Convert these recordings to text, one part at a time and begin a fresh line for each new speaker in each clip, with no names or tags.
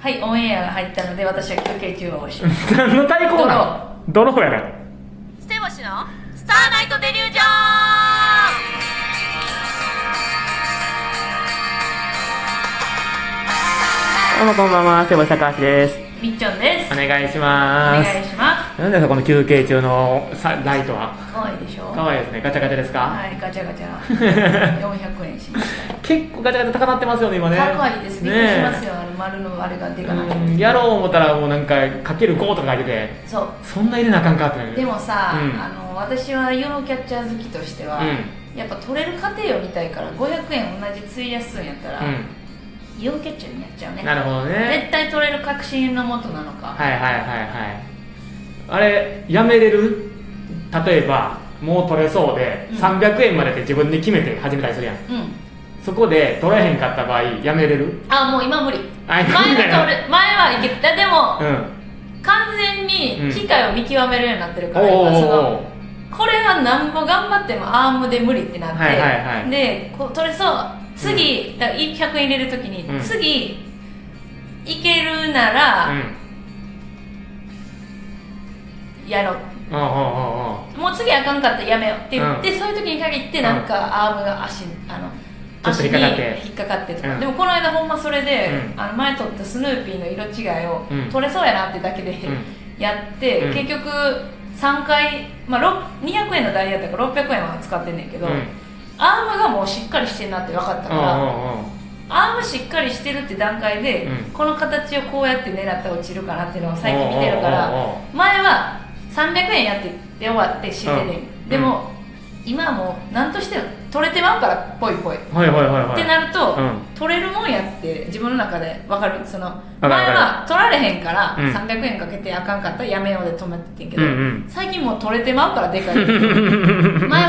はいオンエアが入ったので私は休憩中をします
何の対抗なの泥やね
ステボシのスターナイトデリュージョン
どうもこんばんは瀬尾高橋です
みっちょんです
お願いし
お
ま
願い
す
しま
なんですかこの休憩中のさライトは
す可愛いでしょ
可愛いですねガチャガチャですか、
はいガチャガチ ャ400円しました
結構ガチャガチャ高鳴ってますよね今ね
高いですびっくりします
ね
よ、あの丸のあれがで
え
かなくて
うんやろう思ったらもうなんかかける5とか書いてて
そう
そんな入れなあかんかってなる
でもさ、
うん
あの私は世のキャッチャー好きとしては、
う
やっぱ取れる過程を見たいから500円同じ費やすんやったら、
う
イオンキャッチャーになっちゃうね
んなるほどね
絶対取れる確信のもとなのか、
はいはいはいはいあれやめれる例えばもう取れそうで、
うん
300円までって自分で決めて始めたりするやん
うん
そこで取れへんかった場合やめれる
あもう今無理
あ
前
今無理だよ
は取れ前はいけたでも、
うん
完全に機械を見極めるようになってる
お
か
ー
ら、
お
今そ
ー
の
おー
これは何も頑張ってもアームで無理ってなって、
はいはいはい
でこう取れそう次、だから100円入れるときに、
うん
次いけるなら、やろう
うんおーおーおーおー
もう次あかんかったらやめようって言って、
う
そういう時に限って
うん
なんかアームが足あの
ちょっと
足
引っ
に
かかって
引っかかってとか、
うん
でもこの間ほんまそれで、
うん
あの前撮ったスヌーピーの色違いを
うん
取れそうやなってだけで、
う
やって、
うん
結局3回、まあ、ろ200円のダイヤだから600円は使ってんねんけど、
うん
アームがもうしっかりしてんなって分かったか
お
ら、
ーおーおー
アームしっかりしてるって段階で、
うん
この形をこうやって狙って落ちるかなっていうのを最近見てるから
おうおうおうお
前は300円やってで終わって死んでね、
うん
でも、今はもう何としても取れてまうからぽいぽい、
はいはいはいはい
ってなると、
うん
取れるもんやって自分の中で分かるその
か
前
る
は取られへんから、
うん
300円かけてあかんかったらやめようで止めてんけど、
うんうん
最近もう取れてまうからでか い前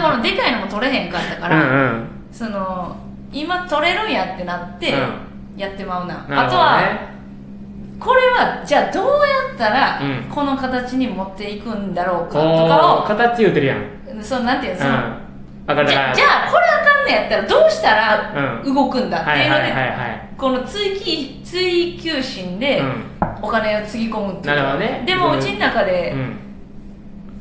はこのでかいのも取れへんかったから、
うんうん
その今取れるんやってなって
う
やってまうな,、
なる
あ
ほ
と
どね
はこれはじゃあどうやったら
うん
この形に持っていくんだろうかと
おー
か
形言うてるやんうん
をそうなんていうのその、
分かる
じゃじゃあこれあかんのやったらどうしたら
う
動くんだって
はいいう
の
は
で、
いはいはい
この追記追求心で
うん
お金をつぎ込むっていう
なるほどね
でも
うん
うちの中で、
うん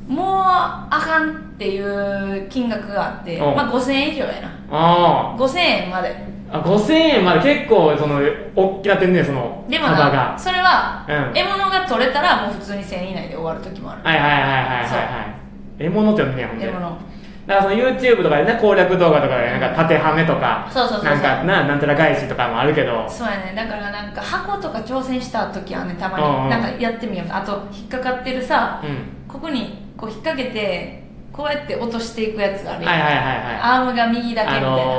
もうあかんっていう金額があって、
お
まあ、5000円以上やな
あ
5000円まで
ーあ5000円まで結構その大きなってんねその
でも
幅
な
が
それは、
うん
獲物が取れたらもう普通に1000円以内で終わる時もある、
はいはいはいはい
そう
はいはい獲物って呼んでねほんで
獲
だか
物
らその YouTube とかでね攻略動画とかでなんか縦はめとか
そうそうそうそう
なんかななんたら返しとかもあるけど
そうやねだからなんか箱とか挑戦した時はねたま
うんう
に
ん
なんかやってみようあと引っかかってるさ
うん
ここにこう引っ掛けてこうやって落としていくやつあるや
はい
ん
はいはいはい
アームが右だけみた
あ
いな、わ
のー、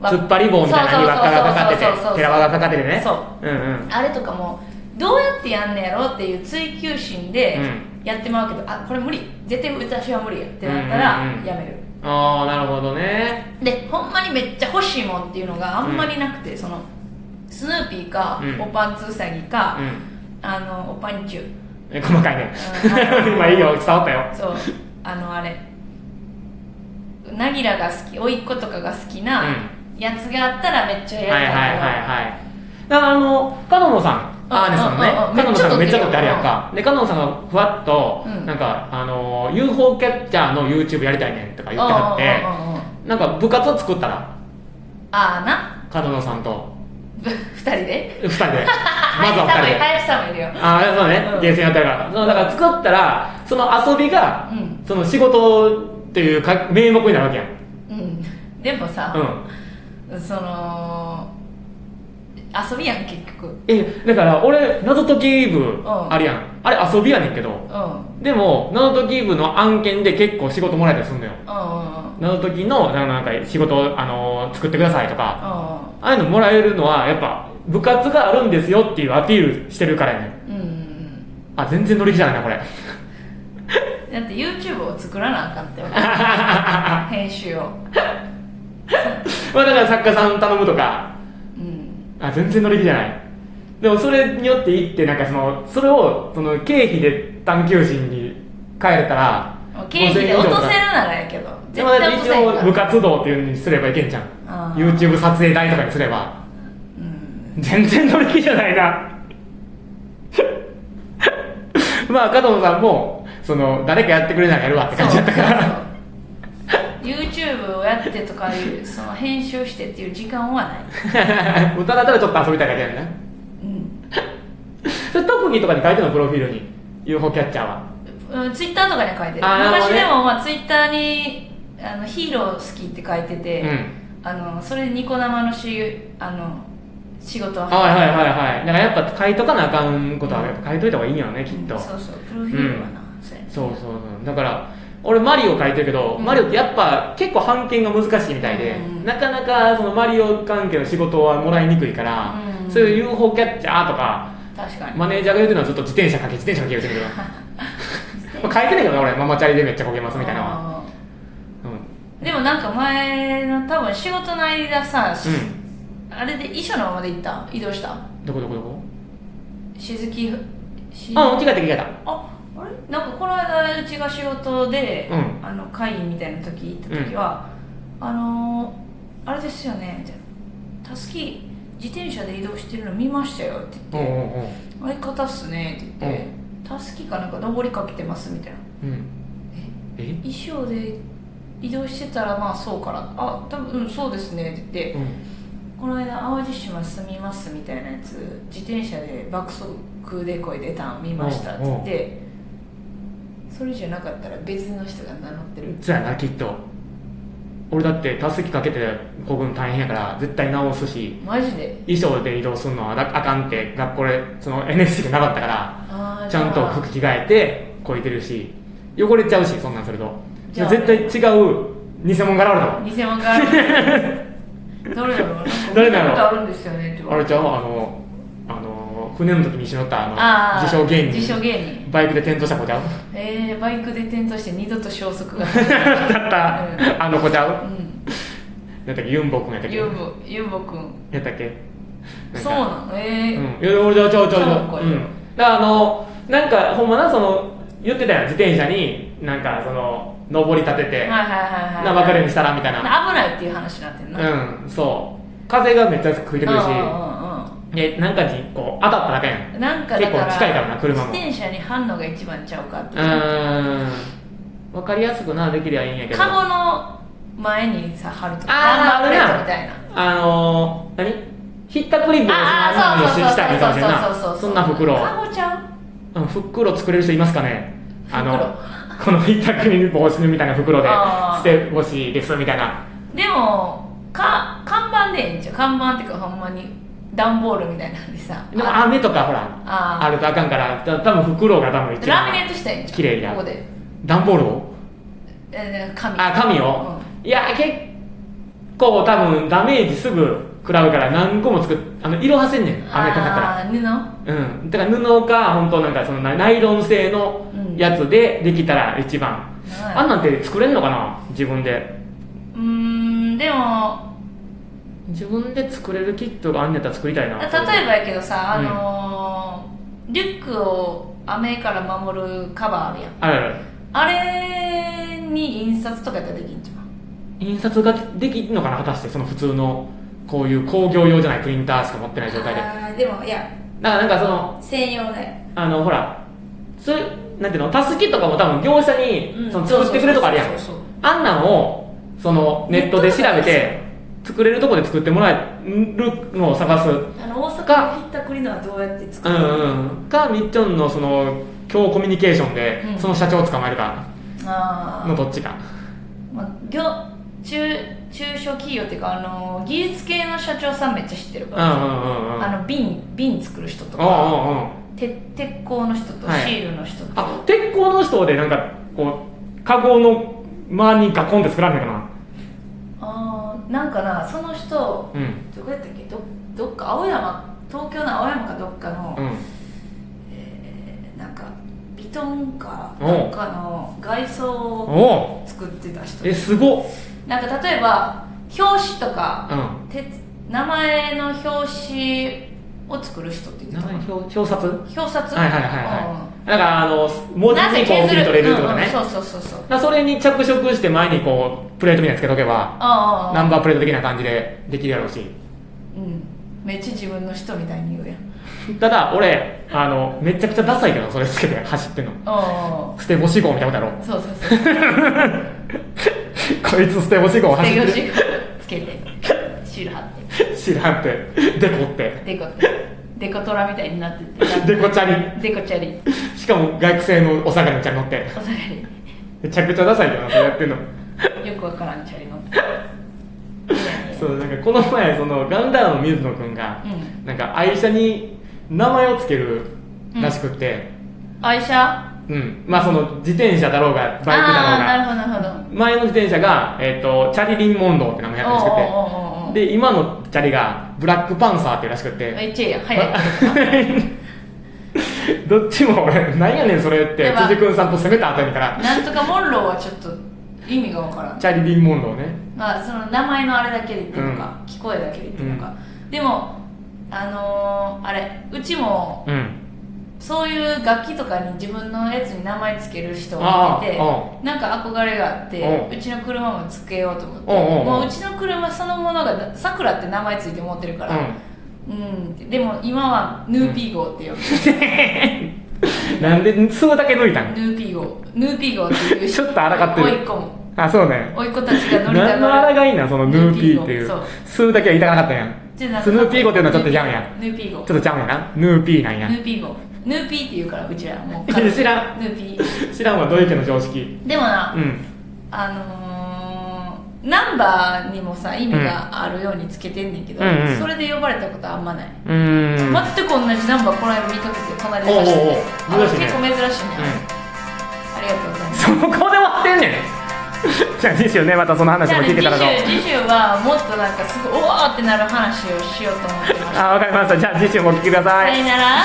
何突っ張り棒みたいなのに輪っかがかかってて
そうそうそうそうそう
テラ輪がかかっててね
そう
うんうん
あれとかもどうやってやんねやろっていう追求心で
う
やってまうけど、あこれ無理絶対私は無理やってなったら
うんうんうん
やめる、
ああなるほどね
でほんまにめっちゃ欲しいもんっていうのがあんまりなくて、そのスヌーピーか、
うん
おパンツウサギ
う
か、
ん
あのおパンチュ
え細かいね
うん
今いいよ伝わったよ
そうあのあれなぎらが好き甥っ子とかが好きなやつがあったらめっちゃ
はい
や
はい
り
は
たい
い
けど
はいはいだからあのカノンさん
あ
アーネさんのね
あああ
カノンさんが
め
め
っ
っ
ち
ち
ゃ
ゃ
撮っ
撮っ
る
ててあ
よ
るやんかでカノンさんがふわっと、
うん
なんかあのー UFO キャッチャーの YouTube やりたいねんとか言ってはっ
うん
て
うんうんうん
なんか部活を作ったら
ああな
カノンさんと
二人で
2人で まずは2
林
人
さんも
で
林さんもいるよ
ああそうね
うん
ゲーセンやってるからそうだから作ったらその遊びが
うん
その仕事っていうか名目になるわけやん
うんでもさ、
うん
その遊びやん結局うん
えだから俺謎解き部
ん
あるやんあれ遊びやねんけどでも謎解き部の案件で結構仕事もらえたりすんのよ
うんうんうん
謎解きのなんか仕事、あのー作ってくださいとか
う
ああいうのもらえるのはやっぱ部活があるんですよっていうアピールしてるからやねん
んうん
あ全然乗り気じゃないなこれ
だって YouTube を作らなあかんってわ け編集を
まあだから作家さん頼むとか
うん
あ全然乗り気じゃないでもそれによっていってなんかそのそれをその経費で探求心に変えれたら
経費で落とせるならやけど
で
絶
もだ
対
っ
落と
て一
せへん
応部
から
活動っていうのにすればいけんじゃん
あー
YouTube 撮影代とかにすれば
うん
全然乗り気じゃないな まあ、加藤さんも、その、誰かやってくれならやるわって感じだったから。
YouTube をやってとかいうその編集してっていう時間はない、
もうただただちょっと遊びたいだけやんな。
うん
それ特技とかに書いてるの、プロフィールに。UFO キャッチャーは。
うん、Twitter とかに書いてる
あーなる
昔
ほどね
でも、まあ、Twitter にあのヒーロー好きって書いてて、
うん。
あのそれでニコ生のしあの仕事は
はいはいはいはい。だからやっぱ書いとかなあかんことは、やっぱ書いといた方がいいんやろね、きっと。
そうそうプロフィールはな、それ
そうそうそうだから俺マリオ描いてるけど、
うん
マリオってやっぱ結構判件が難しいみたいで、
うん
なかなかそのマリオ関係の仕事はもらいにくいから、
うん
そういう UFO キャッチャーとか
確かに、
マネージャーが言うてるのはずっと自転車かけ自転車 かけるけどまあ書いてないけどね俺ママチャリでめっちゃこけますみたいなのは
あ
うん、
ーでもなんか前の多分仕事の間さ、
う
あれで衣装のままで行った移動した
ん、どこどこどこ
静木し
あうん着替えた着替えた
ああれなんかこの間うちが仕事で、
うん
あの会議みたいな時行った時は、あのーあれですよねみたいなたすき自転車で移動してるの見ましたよって
う
言
ん
って
う
「
ん
相方っすね」って言って「たすきかなんか登りかけてます」みたいな
うんうんえ
衣装で移動してたらまあそうからあ多分うんそうですねって言って
うん
この間淡路島住みますみたいなやつ自転車で爆速で声出たん見ましたって言ってそれじゃなかったら別の人が名乗ってる
そうやなきっと俺だってたすきかけてこぐの大変やから絶対直すし
マジで
衣装で移動するのはだあかんって学校でその NSC がなかったから
あー
ちゃんと服着替えてこいてるし汚れちゃうしそんなんすると
じゃあ
絶対違う偽物が現れたわ
じゃあ偽物が ある誰だろう
誰だろう
見たことあるんですよねって言わ
あれ
れて
ちゃうあのあの船の時に一緒に乗ったあ
あ
の
ー
自称芸
自
人
称芸人
バイクで転倒した子ちゃう
えー、バイクで転倒して二度と消息 が
だった あの子ちゃう
う ん
だったっけユンボ君やったっけ
ユーボユーボくん
やったっけなん
そ
か
うなのえー
うん、いや俺じゃあちゃうちゃうち
ちゃう
ゃ
か
う、うん、だからあのなんかほんまなその言ってたやん自転車になんかその上り立てて、
はいはいはいはい
な分かるようにしたらみたいな
危ないっていう話になってんな、
うんそう風がめっちゃ吹いてくるし
う
でなんかにこう当たったらあかんやん
んうんうんなんかだから
結構近いからな車も
自転車に反応が一番ちゃうかって
うーん分かりやすくなできりゃいいんやけど
カゴの前にさ貼るとかナン
あー
バープレー
ある
ト
な
みたいな
あのー、何ひったくり棒
ああそう
その
そう
話したいかもしれんな
そうそうそうそう
そんな袋を
カゴちゃん
うん袋作れる人いますかねあのこのひったくり防止みたいな袋で
あー
してほしいですみたいな
でもか看板でええんちゃう看板っていうかほんまに段ボールみたいなんでさ
でも雨とかほら
あー
あるとあかんからた多分袋が多分一番
ラミネートしたらええんちゃう
綺麗や
ここで、
段ボールを
えー、紙
あ紙を、いや結構多分ダメージすぐ食らうから何個も作っあの色はせんねん雨かかったら
あー布
うんだから布か本当なんかそのナナイロン製のやつでできたら一番、あんなんて作れんのかな自分で
うーんでも
自分で作れるキットがあんねやったら作りたいな
例えばやけどさ、あのーリュックを雨から守るカバーあるやん
あるある
あれに印刷とかやったらできんじゃん
印刷ができるのかな果たしてその普通のこういう工業用じゃないプリンターしか持ってない状態でだか
あーでもいや
らなんかその
専用だよ
あのほらそういうなんていうのたすきとかも多分業者にその作ってくれるとかあるやん
そうそうそう
あんなんをそのネットで調べて作れるとこで作ってもらえるのを探すう
そうあの大
か
阪のひったくりのはどうやって作
ん
るの、
うんかみっちょんのその強コミュニケーションで
うん
その社長を捕まえるか
あ
の
あ、
どっちか
まあ、業中中小企業っていうか、あのー技術系の社長さんめっちゃ知ってる
う
か
ん
ら、
うんうんうん
あの瓶瓶作る人と
おう
か
おうおう
鉄鉄鋼の人とシ
はい
ールの人と、
あ鉄鋼の人でなんかこうカゴの間にガコンって作らんねんかな
あーなんかなその人
うん
どこやったっけどどっか青山東京の青山かどっかの、
うん
えーなんかビトンかどっかの外装を
おう
作ってた人
えすごっ
なんか例えば表紙とか
うん
鉄名前の表紙を作る人って言
名
ってた
前
かな
表表札はい
表札
はいはいはいなんかあの
うん
文字にこう切り取れるってこと
うんう
ね
ん、そうそうそうそう
だからそれに着色して前にこうプレートみたいにつけとけば
あ
ナ
あ
ンバープレート的な感じでできるやろうし
うんめっちゃ自分の人みたいに言うやん
ただ俺あのめちゃくちゃダサいけどそれつけて走ってんの
おう
捨て星号みたいなことや
そ
ろ
うそうそう
こいつ捨て星号走
手
っ
拍
て
子つけてシール貼って
る知らんってデコって
デコデコトラみたいになってて
デコチャ
リデコチャリ
しかも外国製のお魚にちゃん乗って
お下がり
めちゃくちゃダサいけどなそれやってんの
よくわからんチャリのう
そうなんかこの前そのガンダーの水野君が、
う
なんか愛車に名前をつけるらしくって、
愛車
うんまあその自転車だろうがバイクだろう
ああー
が
なるほどなるほ
前の自転車が、えっとチャリリン・モンローって名前やったらしくて
おうおうおうおう
で今のチャリがブラックパンサーっていうらしくて
どめっちゃええやん早い
はいどっちも俺なんやねんそれって
やば
辻君さんと攻めた後にから
なんとかモンローはちょっと意味がわからん
チャリリン・モンローね
まあその名前のあれだけで言ってるのか、聞こえだけで言ってるのか、でもあのーあれうちも
うん
そういう楽器とかに自分のやつに名前つける人
あ
が
あ
いて
う
なんか憧れがあって
う
うちの車もつけようと思って
うんうんうん
もううちの車そのものがさくらって名前ついて持ってるからうん、でも今はヌーピー号って呼ぶ、
うんなんでそうだけ抜いたん
ヌーピー号ヌーピー号っていう
ちょっと抗ってる
甥っ子も
あそうね
甥っ子たちが乗りた
何のあらがいいなそのヌーピーってい
ヌ
う
ーピー号そう
数だけは言いたくなかったやん
じゃあなんか
スヌーピー語っていうのはちょっとちゃうんや
ヌーピー号
ちょっとちゃうんやなヌーピーなんや
ヌーピー号ヌーピーって言うからうちらもう
知ら
ヌーピー
知らんわドイツの常識
でもな、
うん
あのーナンバーにもさ意味があるようにつけてんねんけど、
うんうん
それで呼ばれたことあんまない、
うーん
全く同じナンバーこの間見かけて隣で出して
おうおう
てあ
おう
の
珍しいね
結構珍しいね、あり
うん
がとうございます
そこで終わってん ねんじゃあ次週ねまたその話
じゃ
も
あね
聞け
次
たらと
週次週はもっとなんかすごいおおーってなる話をしようと思ってました
あわかりましたじゃあ次週もお聞きください
さよなら